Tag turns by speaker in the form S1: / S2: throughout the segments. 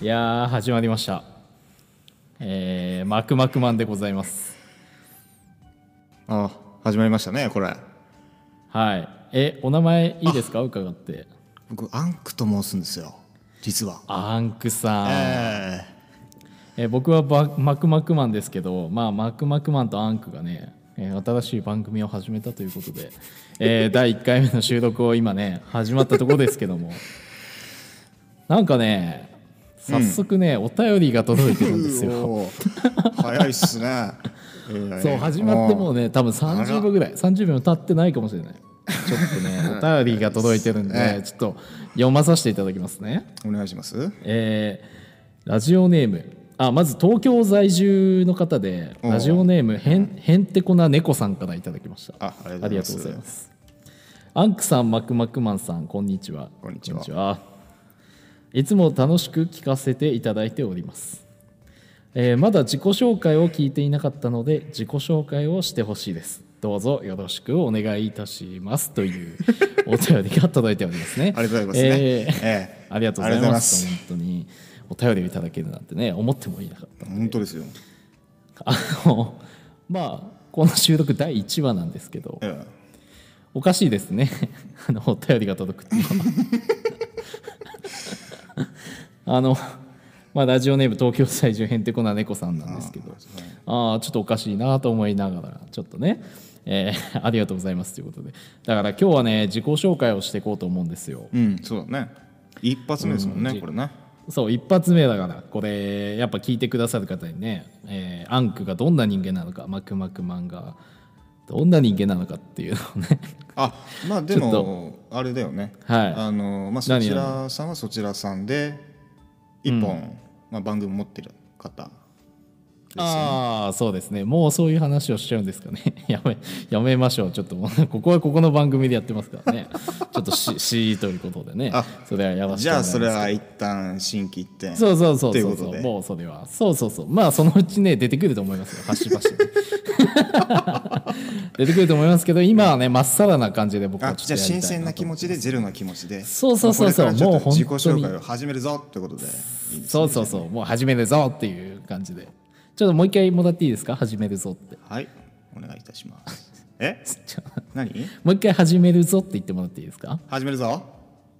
S1: いやー始まりましたえー、マクマクマンでございます
S2: あ始まりましたねこれ
S1: はいえお名前いいですか伺って
S2: 僕アンクと申すんですよ実は
S1: アンクさん、え
S2: え
S1: 僕はバマクマクマンですけどまあマクマクマンとアンクがねえー新しい番組を始めたということで、えー第1回目の収録を今ね始まったところですけどもなんかね早速ね、お便りが届いてるんです
S2: ー、
S1: よ
S2: おー早いっすねえ え
S1: そう始まってもうね多分30秒ぐらい30秒も経ってないかもしれない ちょっとねお便りが届いてる んで
S2: ね
S1: ちょっと読まさせていただきますね
S2: お願いします
S1: えーラジオネームあまず東京在住の方で
S2: おう
S1: ラジオネームへんへんてこな猫さんからいただきました
S2: ああり
S1: あり
S2: が
S1: が
S2: と
S1: とう
S2: うご
S1: ご
S2: ざ
S1: ざ
S2: い
S1: い
S2: ま
S1: ますす。アンクさん、マクマクマンさん、こんにちは。
S2: こんにちは
S1: いつも楽しく聞かせていただいております。えーまだ自己紹介を聞いていなかったので、自己紹介をしてほしいです。どうぞよろしくお願いいたしますというお便りが届いておりますね。
S2: ありがとうございま
S1: えー
S2: すねええ
S1: ありがとうございま
S2: あ
S1: す。
S2: り
S1: 本当にお便りをいただけるなんてね、思ってもいなかった。
S2: 本当ですよ、
S1: あのまあこの収録第1話なんですけど、
S2: え
S1: おかしいですね あのお便りが届くっていうのは あの、まあ、ラジオネーム東京在住へんてこな猫さんなんですけどああちょっとおかしいなと思いながらちょっとね、えー ありがとうございますということでだから今日はね自己紹介をしていこうと思うんですよ
S2: えうんそうだね一発目ですもんね、これね
S1: そう一発目だからこれやっぱ聞いてくださる方にね、えーアンクがどんな人間なのかマクマクマンがどんな人間なのかっていうのをね
S2: あまあで
S1: ち
S2: もあれだよね、
S1: はい
S2: あのまあ、そ
S1: 何
S2: ちらさんはそちらさんで一本、まあ、番組持ってる方
S1: ああそうですねもうそういう話をしちゃうんですかね やめやめましょうちょっともう ここはここの番組でやってますから ねちょっとししということでね
S2: あ
S1: それはやらせて
S2: じ
S1: もらい
S2: ゃあ
S1: ます
S2: それは一旦新規一点
S1: そうそうそう
S2: とい
S1: そうう
S2: こ
S1: そ
S2: と
S1: う
S2: で
S1: もうそれはそうそうそうまあそのうちね出てくると思いますよ端々 に 出てくると思いますけど今はねまっさらな感じで僕
S2: あ
S1: はちょっ
S2: じ
S1: と
S2: ゃあ
S1: やりたい
S2: 新
S1: と
S2: 鮮な気持ちでゼロな気持ちで
S1: そうそうそうそう
S2: もこれからちょっと
S1: もう
S2: 自己
S1: 本当に
S2: 紹介を始めるぞってことで
S1: そうそうそうもう始めるぞっていう感じでちょっともう一回もらっていいですか始めるぞって
S2: はいお願いいたします え
S1: ちょ
S2: 何
S1: もう一回始めるぞって言ってもらっていいですか
S2: 始めるぞ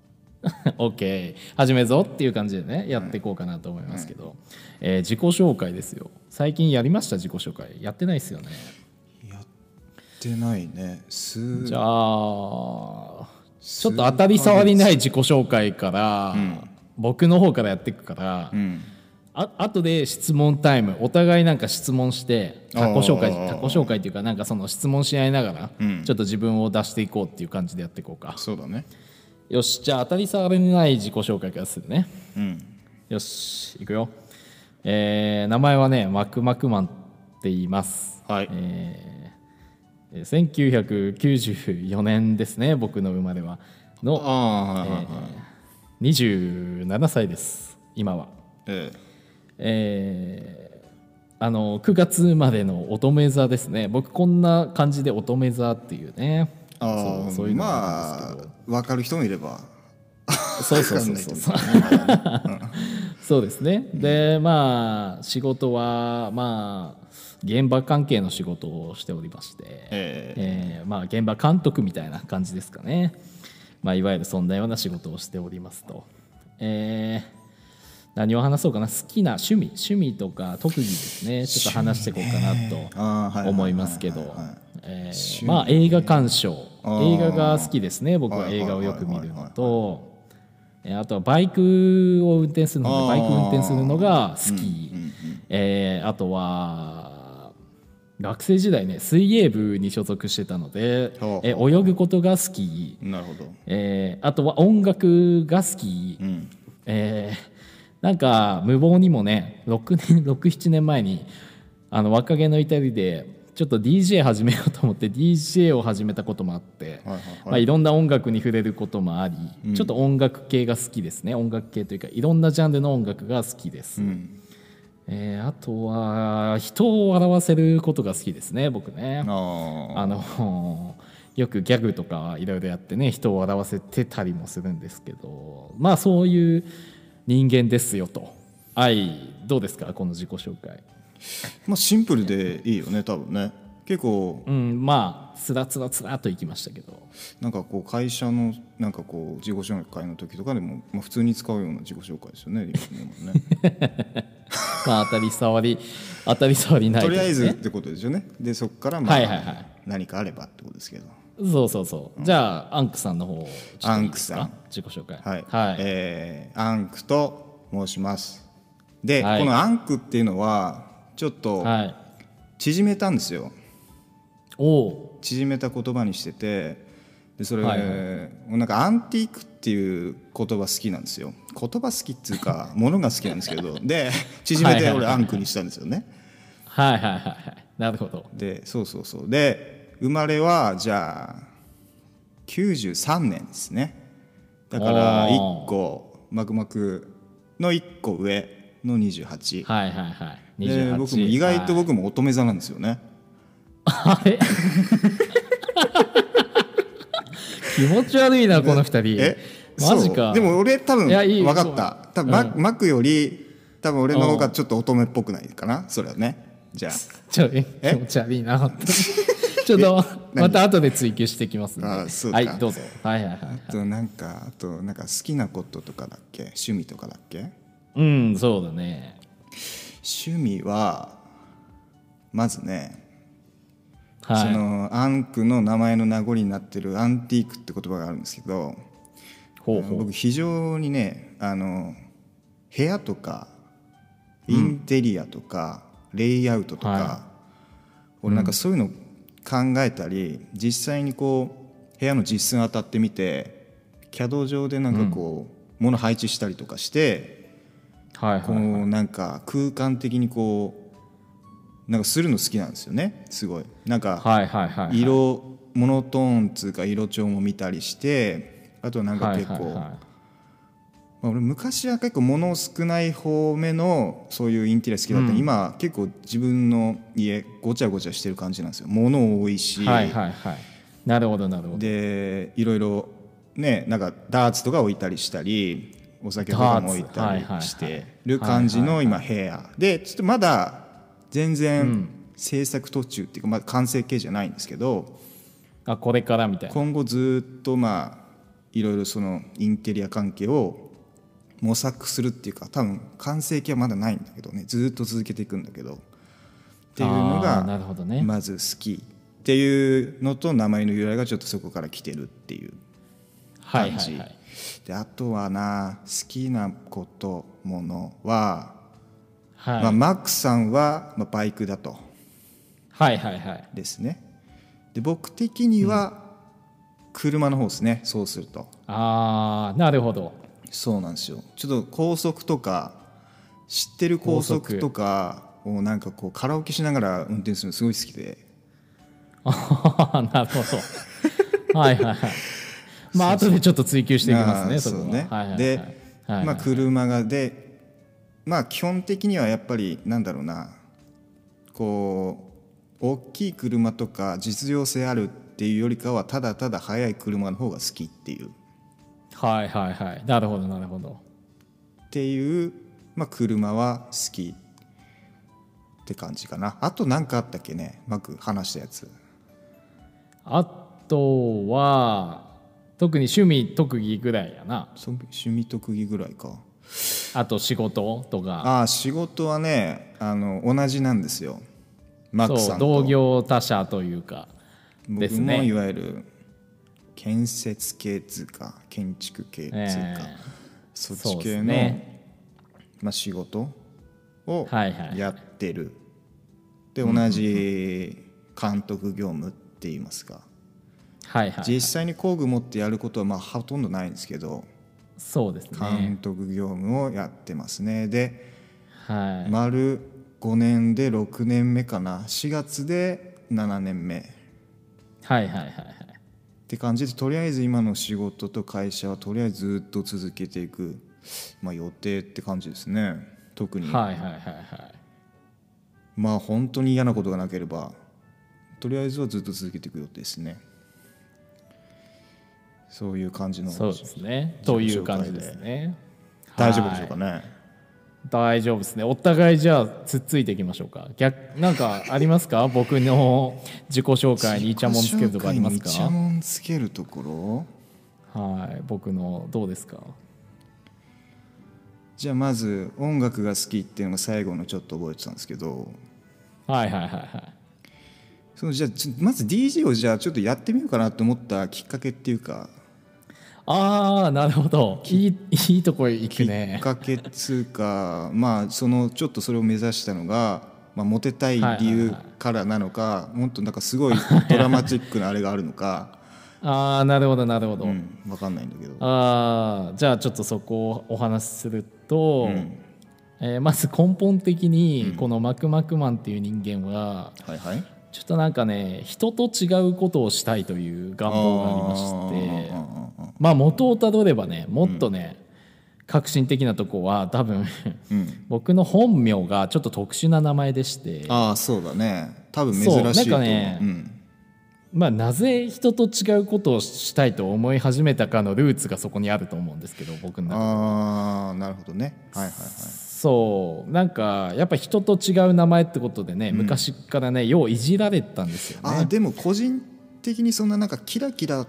S1: OK 始めるぞっていう感じでねやっていこうかなと思いますけど、えー自己紹介ですよ最近やりました自己紹介やってないですよね
S2: やってないね数
S1: じゃあちょっと当たり障りない自己紹介から、僕の方からやっていくから、
S2: うん
S1: あ後で質問タイムお互いなんか質問して他己紹介
S2: あー
S1: 他己紹介っていうかなんかその質問し合いながら、
S2: うん
S1: ちょっと自分を出していこうっていう感じでやっていこうか
S2: そうだね
S1: よしじゃあ当たり障りない自己紹介からするね
S2: うん
S1: よし行くよえー名前はねマクマクマンって言います
S2: はい
S1: えーえー1994年ですね僕の生まれはの
S2: ああーはいはいはい
S1: 27歳です今は
S2: え
S1: えーあの9月生まれの乙女座ですね僕こんな感じで乙女座っていうね
S2: えああ
S1: そういうのがあ
S2: まあ分かる人もいれば
S1: そうそうそうそうそう そうですねでまあ仕事はまあ現場関係の仕事をしておりまして、
S2: ええ
S1: えーまあ、現場監督みたいな感じですかね、まあ、いわゆるそんなような仕事をしておりますと、えー何を話そうかな好きな趣味趣味とか特技ですねちょっと話していこうかな
S2: ああはい
S1: と思いますけど
S2: はいはいはい
S1: えー
S2: 趣味
S1: まあ映画鑑賞
S2: あー
S1: 映画が好きですね僕は
S2: はい
S1: 映
S2: はい
S1: 画
S2: はい
S1: を
S2: はい
S1: よく見るのとえーあとはバイクを運転するのでバイク運転するのが好き、えーあとは学生時代ね水泳部に所属してたので
S2: ほ、う
S1: えー泳ぐことが好き、
S2: なるほど
S1: えーあとは音楽が好き、
S2: うん
S1: えーなんか無謀にもね6年67年 前にあの若気の至りでちょっと DJ 始めようと思って DJ を始めたこともあって、
S2: はいはい
S1: まあ、いろんな音楽に触れることもあり、ちょっと音楽系が好きですね音楽系というかいろんなジャンルの音楽が好きです、
S2: うん
S1: えーあとは人を笑わせることが好きですね僕ね
S2: ああ
S1: あのよくギャグとかいろいろやってね人を笑わせてたりもするんですけどまあそういう人間ですよと愛どうですかこの自己紹介
S2: まあシンプルでいいよね多分ね結構
S1: うんまあつらつらつらっといきました けど
S2: なんかこう会社のなんかこう自己紹介の時とかでも、まあ、普通に使うような自己紹介ですよね今の ね
S1: まあ当たり障り当たり障りない
S2: と
S1: けどね、
S2: りあえずってことですよねでそこからまあ、
S1: はいはいはい
S2: 何かあればってことですけど
S1: そうそうそうじゃあアンクさんの方ちょっといいですか
S2: アンクさん
S1: 自己紹介
S2: はい、
S1: はい、
S2: えーアンクと申しますで、
S1: はい
S2: このアンクっていうのはちょっと
S1: はい、
S2: 縮めたんですよ
S1: おお
S2: 縮めた言葉にしててでそれ、
S1: はい
S2: なんかアンティークっていう言葉好きなんですよ言葉好きってい うか物が好きなんですけどで縮めて
S1: はいはい
S2: 俺
S1: はい
S2: アンクにしたんですよね
S1: はいはいはいはいなるほど
S2: でそうそうそうで生まれはじゃあ93年ですねだから
S1: おー
S2: 1個マクマクの1個上の28
S1: はいはいはい
S2: で
S1: 28
S2: 僕も意外と
S1: はい
S2: 僕も乙女座なんですよね、
S1: あれ気持ち悪いなこの二人
S2: え
S1: マジか
S2: そうでも俺多分
S1: いやいい
S2: 分かった多分マ,、
S1: う
S2: マクより多分俺の方がちょっと乙女っぽくないかなそれはねじゃ
S1: ちょえ
S2: え
S1: 気持ち悪い な本当にちょっとまた後で追求してきますね
S2: あそうか
S1: はいどうぞはいはいはいはい
S2: ああとなんかあとなんか好きなこととかだっけ趣味とかだっけ
S1: うんそうだね
S2: 趣味はまずね、
S1: はい
S2: そのアンクの名前の名残になってるアンティークって言葉があるんですけど
S1: ほうほう
S2: 僕非常にねあの部屋とかインテリアとか、レイアウトとか、
S1: は
S2: 俺なんかそういうの考えたり、実際にこう部屋の実寸当たってみて CAD 上でなんかこう、物配置したりとかして、
S1: はいはい
S2: こうなんか空間的にこうなんかするの好きなんですよねすごい。なんか、
S1: はいはいはいはい
S2: 色モノトーンつうか色調も見たりしてあとなんか結構、
S1: はいはいはい
S2: まあ、俺昔は結構物少ない方目のそういうインテリア好きだったの
S1: う
S2: に、
S1: ん
S2: 今結構自分の家ごちゃごちゃしてる感じなんですよ物多いし、
S1: はいはいはいなるほどなるほど
S2: でいろいろねなんかダーツとか置いたりしたりお酒とかも置いたり
S1: ダーツ
S2: し
S1: はいはい
S2: て
S1: はい
S2: る感じ
S1: は
S2: の
S1: い
S2: 今部屋でちょっとまだ全然制作途中っていうか、まあ、完成形じゃないんですけど
S1: あこれからみたいな
S2: 今後ずっとまあいろいろそのインテリア関係を模索するっていうか多分完成形はまだないんだけどねずっと続けていくんだけどっていうの
S1: あーなる
S2: が
S1: ほどね
S2: まず好きっていうのと名前の由来がちょっとそこから来てるっていう
S1: はい
S2: 感
S1: は
S2: じ、
S1: いはい
S2: であとはな好きなことものは、
S1: はい
S2: まあ、マックさんは、まあ、バイクだと
S1: はいはいはい
S2: ですねで僕的には車の方ですね、そうすると。
S1: ああなるほど
S2: そうなんですよちょっと高速とか知ってる高速とかをなんかこうカラオケしながら運転するのすごい好きで
S1: ああなるほどはいはいはいまあ後でちょっと追求していきますね
S2: あー
S1: そこは
S2: うね
S1: はいはいはい
S2: で
S1: はい
S2: まあ車がでまあ基本的にはやっぱりなんだろうなこう大きい車とか実用性あるっていうよりかはただただ速い車の方が好きっていう
S1: はいはいはいなるほどなるほど
S2: っていう、まあ、車は好きって感じかなあと何かあったっけねマック話したやつ
S1: あとは特に趣味特技ぐらいやな
S2: そ趣味特技ぐらいか
S1: あと仕事とか
S2: ああ仕事はねあの同じなんですよマック
S1: そ
S2: さ
S1: うん同
S2: と
S1: 業他社というかで
S2: 僕
S1: す
S2: も
S1: ね
S2: いわゆる建設系通貨建築系通貨、
S1: え
S2: そ
S1: え
S2: っ
S1: そう
S2: ち
S1: で
S2: 系
S1: す
S2: の、
S1: ね
S2: まあ、仕事を
S1: はいはい
S2: やってる、で同じ監督業務って言いますか、
S1: はいはいはい
S2: 実際に工具持ってやることはまあほとんどないんですけど
S1: そうですね
S2: 監督業務をやってますねで
S1: はい
S2: 丸5年で6年目かな4月で7年目っ
S1: はいはいはいはい
S2: て感じでとりあえず今の仕事と会社はとりあえずずっと続けていく、まあ、予定って感じですね特に、
S1: はいはいはいはい
S2: まあ本当に嫌なことがなければとりあえずはずっと続けていく予定ですねそういう感じの
S1: そうですねという感じですね
S2: 大丈夫でしょうか
S1: はい
S2: ね、
S1: 大丈夫ですねお互いじゃあつっついていきましょうか逆なんかありますか 僕の自己紹介にイチャモンつけるとかありますか
S2: 自己紹介にイチャモンつけるところ
S1: はい僕のどうですか
S2: じゃあまず音楽が好きっていうのが最後のちょっと覚えてたんですけど
S1: はいはいはいはい
S2: そのじゃあちょまず DJ をじゃあちょっとやってみようかなと思ったきっかけっていうか
S1: ああなるほどいいいいとこ行
S2: き
S1: く
S2: っ
S1: ね
S2: かけっつうかまあそのちょっとそれを目指したのが、まあ、モテたい理
S1: はいはい
S2: 由
S1: は
S2: からなのかもっとなんかすごいドラマチックなあれがあるの か、
S1: ああなるほどなるほど、
S2: うん、分かんないんだけど
S1: あーじゃあちょっとそこをお話しすると、えーまず根本的にこのマクマクマンっていう人間は
S2: はいはい
S1: ちょっとなんかね人と違うことをしたいという願望がありまして
S2: あーあーあーあ
S1: まあ元をたどればねもっとね、革新的なとこは多分
S2: ーうん
S1: 僕の本名がちょっと特殊な名前でして
S2: あーそうだね多分珍しい
S1: そう
S2: と思う
S1: なんかね
S2: うん
S1: まあ、なぜ人と違うことをしたいと思い始めたかのルーツがそこにあると思うんですけど僕の中で
S2: ああなるほどねはいはいはい
S1: そうなんかやっぱ人と違う名前ってことでね、昔からねよういじられてたんですよ
S2: あー
S1: ね
S2: でも個人的にそんななんかキラキラ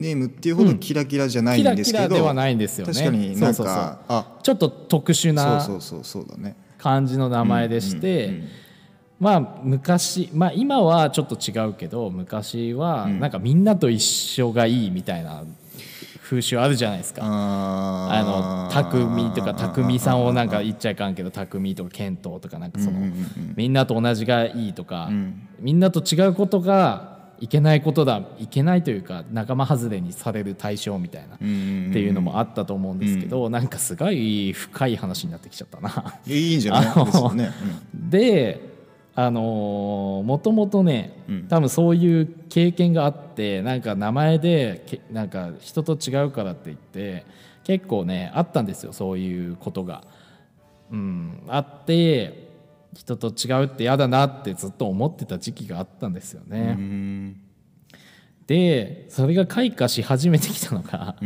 S2: ネームっていうほどキラキラじゃないんですけど、
S1: キラキラではないんですよね
S2: 確かになんか
S1: そうそうそう
S2: あ
S1: ちょっと特殊
S2: そ
S1: な
S2: うそうそうそうだね
S1: 感じの名前でして、まあ昔まあ今はちょっと違うけど昔はなんかみんなと一緒がいいみたいな風習あるじゃないですか。あ
S2: あ
S1: の
S2: ー
S1: 匠とか匠さんをなんか言っちゃいかんけど匠とか剣道とかなんかその、みんなと同じがいいとか、みんなと違うことがいけないことだいけないというか仲間外れにされる対象みたいな、っていうのもあったと思うんですけど、なんかすごい深い話になってきちゃったな。
S2: いいんじゃない
S1: あの
S2: ですよね、
S1: であのもともとね、多分そういう経験があってなんか名前でけなんか人と違うからって言って結構ねあったんですよそういうことが。うん、あって人と違うって嫌だなってずっと思ってた時期があったんですよね。でそれが開花し始めてきたのが、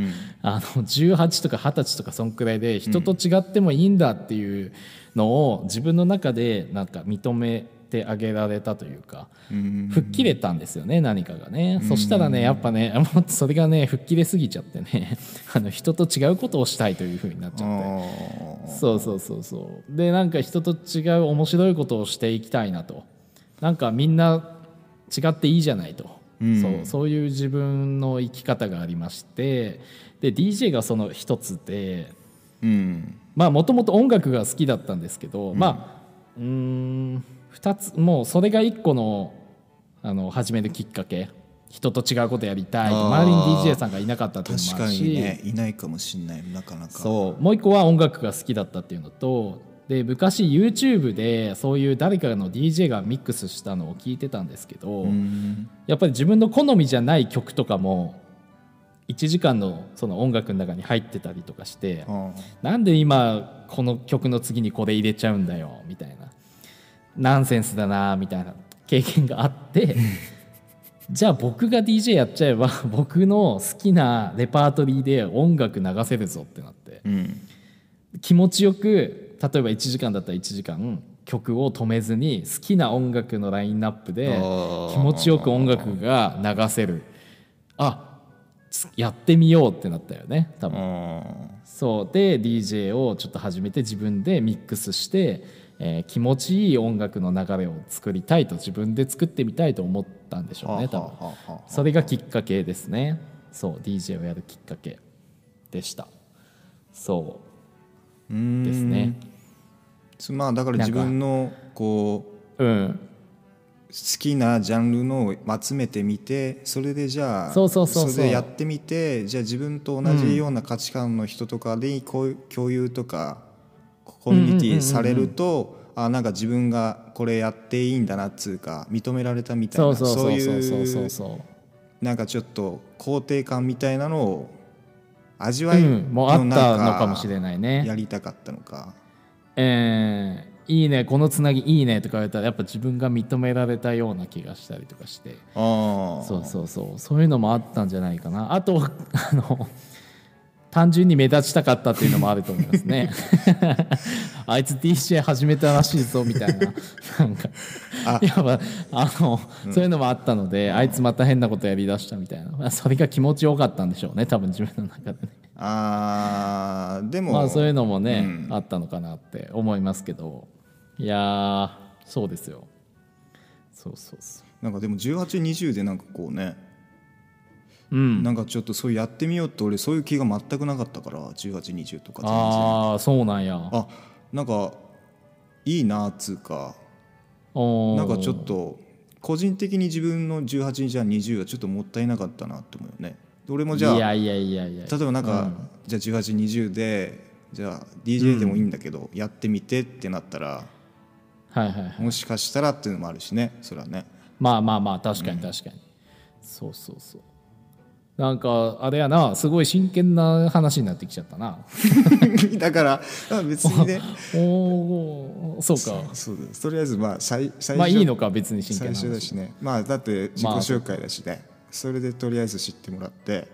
S1: あの18とか20歳とかそんくらいで人と違ってもいいんだっていうのを自分の中でなんか認めてあげられたというか、吹っ切れたんですよね何かがね、そしたらねやっぱねもっとそれがね吹っ切れすぎちゃってねあの人と違うことをしたいというふうになっちゃって。
S2: あ
S1: そうそうそうそうでなんか人と違う面白いことをしていきたいなとなんかみんな違っていいじゃないと、そうそういう自分の生き方がありましてで DJ がその一つで
S2: ーうん
S1: まあもともと音楽が好きだったんですけど、まあうーん2つもうそれが1個のあの始めるきっかけ人と違うことやりたい
S2: あー
S1: 周りに DJ さんがいなかったっていうの
S2: 確
S1: もあ
S2: か
S1: るし
S2: にねいないかもしれないなかなか
S1: そうもう一個は音楽が好きだったっていうのとで昔 YouTube でそういう誰かの DJ がミックスしたのを聞いてたんですけど、
S2: うん
S1: やっぱり自分の好みじゃない曲とかも1時間のその音楽の中に入ってたりとかして
S2: あー
S1: なんで今この曲の次にこれ入れちゃうんだよみたいなナンセンスだなみたいな経験があ ってじゃあ僕が DJ やっちゃえば僕の好きなレパートリーで音楽流せるぞってなって
S2: うん
S1: 気持ちよく例えば1時間だったら1時間曲を止めずに好きな音楽のラインナップで
S2: あー
S1: 気持ちよく音楽が流せるあつやってみようってなったよね多
S2: あ
S1: 分
S2: ー
S1: そうで DJ をちょっと始めて自分でミックスして、えー気持ちいい音楽の流れを作りたいと自分で作ってみたいと思ったんでしょうね多分
S2: はあはあはあ
S1: それがきっかけですねそう DJ をやるきっかけでしたそう
S2: うーん
S1: ですね。
S2: つまあだから
S1: なん
S2: 自
S1: か
S2: 分のこう
S1: うん、
S2: 好きなジャンルのを集めてみてそれでじゃあ
S1: そうそうそうそう
S2: れでやってみてじゃあ自分と同じような価値観の人とかでこういう共有とかコミュニティされると、あなんか自分がこれやっていいんだなっつうか認められたみたい
S1: そう
S2: な
S1: そうそうそうそう
S2: い
S1: そう
S2: う
S1: そう
S2: なんかちょっと肯定感みたいなのを味わい
S1: うん、もうあったのかもしれ
S2: い
S1: ないね
S2: やりたかったのか
S1: えーいいねこのつなぎいいねとか言われたらやっぱ自分が認められたような気がしたりとかして
S2: ああ
S1: そうそうそうそういうのもあったんじゃないかなあとあの単純に目立ちたかったっていうのもあると思いますねあいつ DJ 始めたらしいぞみたいななんか
S2: あ
S1: やっぱあの、そういうのもあったのであいつまた変なことやりだしたみたいな、まあそれが気持ちよかったんでしょうね多分自分の中でね
S2: あーでも、
S1: まあそういうのもね、あったのかなって思いますけどいやーそうですよそうそうそ
S2: なんかでも1820でなんかこうね、
S1: ううん
S2: なんかちょっとそうやってみようって俺そういう気が全くなかったから1820とか全然
S1: ああそうなんや
S2: あなんかいいなっつうか
S1: おー
S2: なんかちょっと個人的に自分の18日は20はちょっともったいなかったなって思うよね俺もじゃあ
S1: いやいやいやいや
S2: 例えばなんか、じゃあ1820でじゃあ DJ でもいいんだけど、やってみてってなったら
S1: はいはいはい
S2: もしかしたらっていうのもあるしねそれはね
S1: まあまあまあ確かに確かに、そうそうそうなんかあれやなすごい真剣な話になってきちゃったな
S2: だからまあ別に ね
S1: おおそうか
S2: そうだとりあえずまあ最最初
S1: まあいいのか別に真剣
S2: 最
S1: な
S2: 初だ
S1: 話
S2: しねまあだって自己紹介だしね、それでとりあえず知ってもらって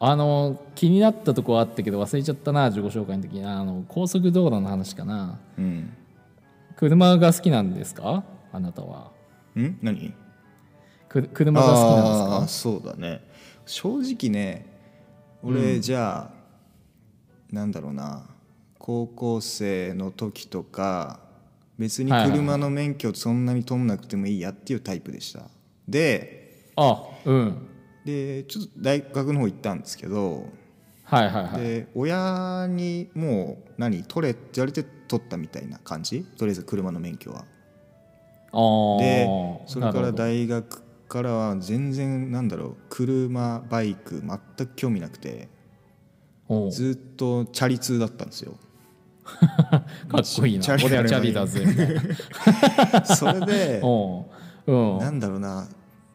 S1: あの気になったとこはあったけど忘れちゃったな自己紹介の時にあの高速道路の話かな
S2: うん
S1: 車が好きなんですかあなたは
S2: ん何
S1: く車が好き
S2: あ
S1: なん
S2: ー
S1: ですか
S2: そうだね正直ね俺、じゃあなんだろうな高校生の時とか別に
S1: はいはいはい
S2: 車の免許そんなに取んなくてもいいやっていうタイプでしたで
S1: あうん
S2: でちょっと大学の方行ったんですけど
S1: はいはいはい
S2: で親にもう何取れって言われて取ったみたいな感じとりあえず車の免許は。
S1: あー
S2: でそれか
S1: なる
S2: ら
S1: ほど
S2: 大学からは全然なんだろう車バイク全く興味なくて
S1: おう
S2: ずっとチャリ通だったんですよ
S1: かっこいいな
S2: チャリ
S1: 俺はチャリだぜみたいな
S2: それで
S1: おううん
S2: なんだろうな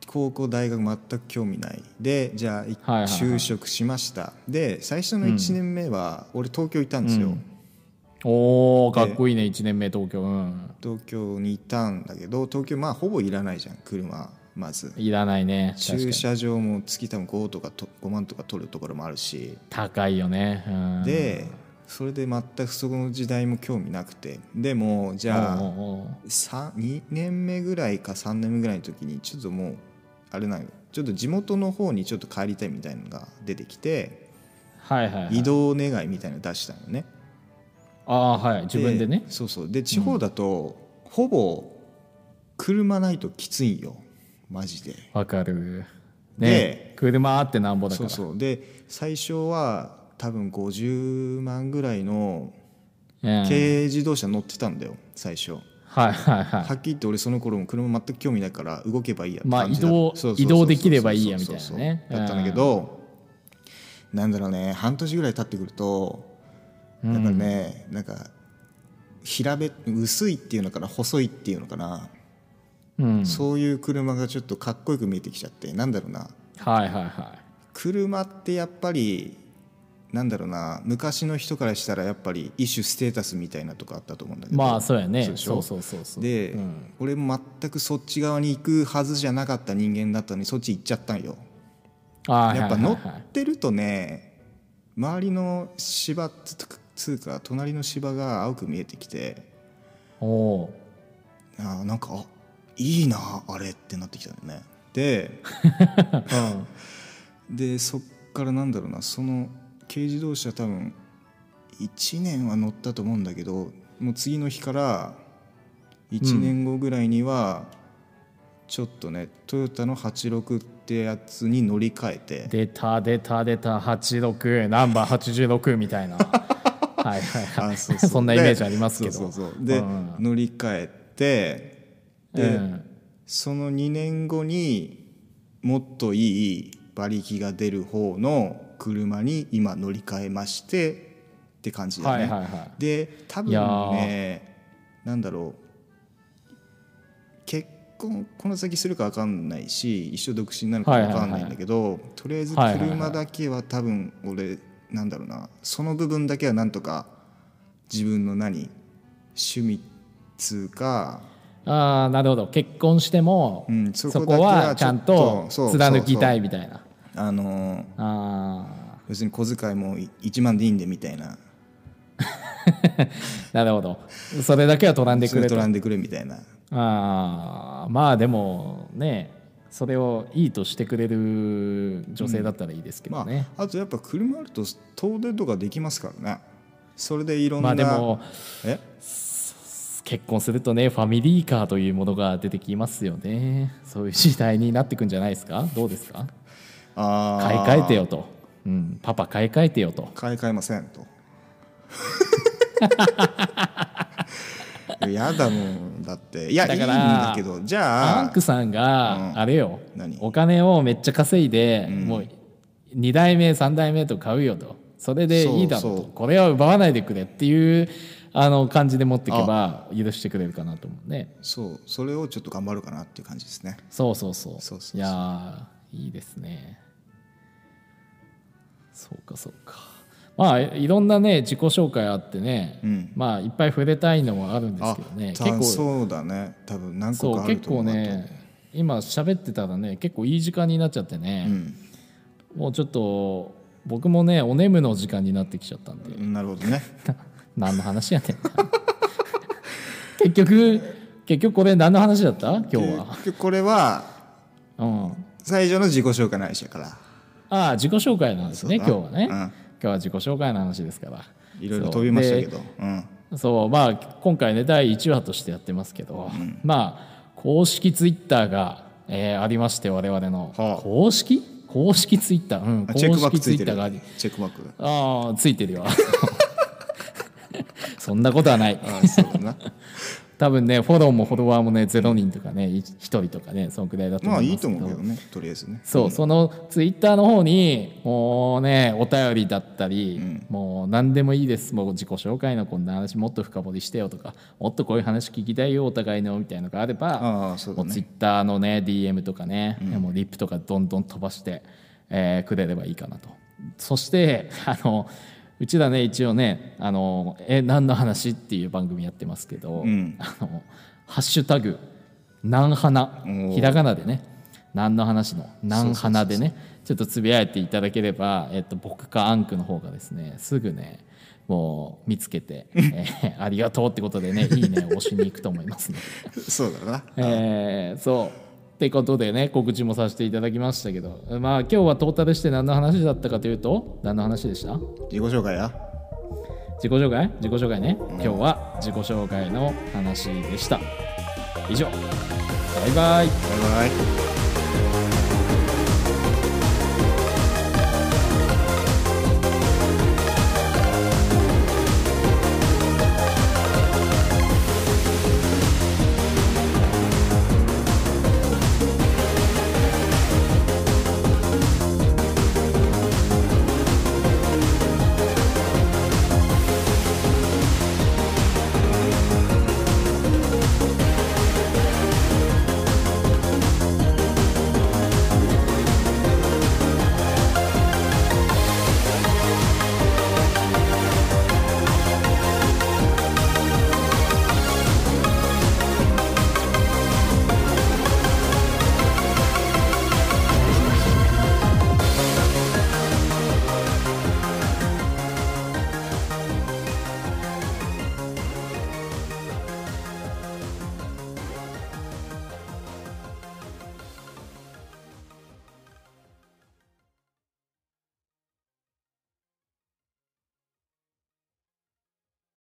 S2: 高校大学全く興味ないでじゃあい
S1: はいはい
S2: 就職しましたで最初の1年目は俺東京いたんですよ、
S1: おおかっこいいね1年目東京うん
S2: 東京にいたんだけど東京まあほぼいらないじゃん車まず
S1: いらないね確か
S2: 駐
S1: に
S2: 車場も月多分5とかと5万とか取るところもあるし
S1: 高いよねうん
S2: でそれで全くその時代も興味なくてでもじゃ
S1: お
S2: あ
S1: うおうおう
S2: さ2年目ぐらいか3年目ぐらいの時にちょっともうあれなのちょっと地元の方にちょっと帰りたいみたいなのが出てきて
S1: はいはい、はい、
S2: 移動願いみたいなの出したのね
S1: ああーはい自分でね
S2: そうそうで地方だとほぼ車ないときついんよマジで
S1: わかるね
S2: で
S1: 車あってなんぼだか
S2: そう
S1: ら
S2: そうで最初は多分50万ぐらいの
S1: うん
S2: 軽自動車乗ってたんだよ最初
S1: はいはいはい
S2: はっきり言って俺その頃も車全く興味ないから動けばいいやって
S1: まあ
S2: 感じだ
S1: 移動
S2: そうそうそうそう
S1: 移動できればいいやみたいなね
S2: そうそうそうだったんだけどなんだろうね半年ぐらい経ってくるとだからねなんか平べ薄いっていうのかな細いっていうのかな
S1: うん
S2: そういう車がちょっとかっこよく見えてきちゃってなんだろうな
S1: はいはいは
S2: 車ってやっぱりなんだろうな昔の人からしたらやっぱり一種ステータスみたいなとこあったと思うんだけ
S1: い
S2: ど
S1: まあそうやね
S2: そうでし
S1: そ
S2: ょ
S1: うそうそうそう
S2: で、
S1: うん
S2: 俺も全くそっち側に行くはずじゃなかった人間だったのにそっち行っちゃったんよ
S1: あー
S2: やっぱ
S1: はいは
S2: 乗
S1: いはい
S2: ってるとね周りの芝つつうか隣の芝が青く見えてきて
S1: おお
S2: あーなんかあいいなあれってなってきたんだよねで でそっからなんだろうなその軽自動車多分1年は乗ったと思うんだけどもう次の日から1年後ぐらいには、ちょっとねトヨタの86ってやつに乗り換えて
S1: 出た出た出た86ナンバー86みた いなはいはいは
S2: あ
S1: い
S2: そ
S1: そ
S2: うん
S1: なイメージありますけど
S2: そうそうそうで、
S1: うん
S2: 乗り換えてで、
S1: うん
S2: その2年後にもっといい馬力が出る方の車に今乗り換えましてって感じだ
S1: は
S2: ね、
S1: いはいはい
S2: で多分
S1: いやー
S2: ねなんだろう結婚この先するか分かんないし一生独身なのか分かんないんだけど、とりあえず車だけは多分俺なんだろうなその部分だけはなんとか自分の何趣味っつうか、
S1: ああなるほど結婚しても、
S2: うん、そ
S1: そ
S2: こだけ
S1: こは
S2: は
S1: ち
S2: ちょ
S1: ゃん
S2: っと
S1: と貫きた
S2: い
S1: いみたいな
S2: あのー
S1: あ
S2: 別に小遣いも1万でいいんでみたいな
S1: なるほどそれだけは取らんで
S2: そ
S1: く
S2: れ
S1: れ
S2: 取
S1: と
S2: らんでくれみたいな
S1: あーまあでもねそれをいいとしてくれる女性だったらいいですけど
S2: ま
S1: ね、
S2: ああとやっぱ車あると遠出とかできますからねそれでいろん
S1: ま
S2: な、
S1: あでも
S2: え
S1: 結婚するとねファミリーカーというものが出てきますよねそういう時代になってくんじゃないですかどうですか
S2: あ
S1: 買い
S2: ー
S1: 替えてよと、うん、パパ買い替えてよと
S2: 買い替えませんと いややだもんだっていや
S1: だ
S2: いいん
S1: から
S2: だけどじゃ
S1: ア
S2: あ
S1: ンクさんが、
S2: うん
S1: あれよ
S2: 何
S1: お金をめっちゃ稼いで、もう2代目3代目と買うよとそれでいいだろう
S2: そ
S1: と
S2: うそう
S1: これは奪わないでくれっていうあの感じで持っていけば許してくれるかなと思うね
S2: そうそれをちょっと頑張るかなっていう感じですね
S1: そうそうそう
S2: そうそうそう
S1: やーいいですねそうかそうかまあいろんなね自己紹介あってね、
S2: うん
S1: まあいっぱい触れたいのはあるんですけどね
S2: た
S1: 結構
S2: そうだね多分何個
S1: そ
S2: か
S1: う
S2: ある
S1: 結
S2: と
S1: 構
S2: 思う
S1: ね今喋ってたらね結構いい時間になっちゃって
S2: あと
S1: ね、もうちょっと僕もねお眠の時間になってきちゃったんで、
S2: うんなるほどね
S1: 何の話やねん 結局結局これ何の話だった今日は、
S2: 結局これは
S1: うん、
S2: 最初の自己紹介の話やから
S1: ああ自己紹介なんですね今
S2: そう
S1: 日
S2: だ
S1: はね、
S2: うん
S1: 今日は自己紹介の話ですから
S2: いろいろ飛びましたけ
S1: そう
S2: どうん
S1: でそうまあ今回ね第1話としてやってますけど、まあ公式ツイッターが、えーありまして我々の、
S2: はあ
S1: 公式公式ツイッター、うん、
S2: あ
S1: 公
S2: チェックマーク
S1: 式
S2: つ
S1: ツイ
S2: いて
S1: ッター
S2: る
S1: があり
S2: チェックマーク
S1: ああついてるよ そんなことはない
S2: あそう だな
S1: 多分ねフォローもフォロワーもね0人とかねい1人とかねそのくらいだと
S2: ま
S1: 思
S2: あ
S1: い
S2: い
S1: ま
S2: い
S1: すけ
S2: と
S1: ど
S2: 思うけどねとりあえずね
S1: そう、そのツイッターの方にもうねお便りだったり、もう何でもいいですもう自己紹介のこんな話もっと深掘りしてよとかもっとこういう話聞きたいよお互いのみたいのがあれば
S2: ああそう
S1: も
S2: だ
S1: うツイッ
S2: ね
S1: ターのね DM とかね、もうリップとかどんどん飛ばして、えーくれればいいかなとそして あのうちらね一応ね「あのえ何の話?」っていう番組やってますけど、
S2: ん
S1: あのハッシュタグ「なんはな」
S2: お
S1: ひらがなでね何の話の何花でねちょっとつぶやいていただければ、えっと、僕かアンクの方がですねすぐねもう見つけ て、えーありがとうってことでねいいねを押しに行くと思いますね。
S2: そうだな
S1: えーそうってことでね告知もさせていただきましたけどまあ今日はトータルして何の話だったかというと何の話でした
S2: 自己紹介や
S1: 自己紹介自己紹介ね今日は自己紹介の話でした以上バイバイ
S2: バイバイ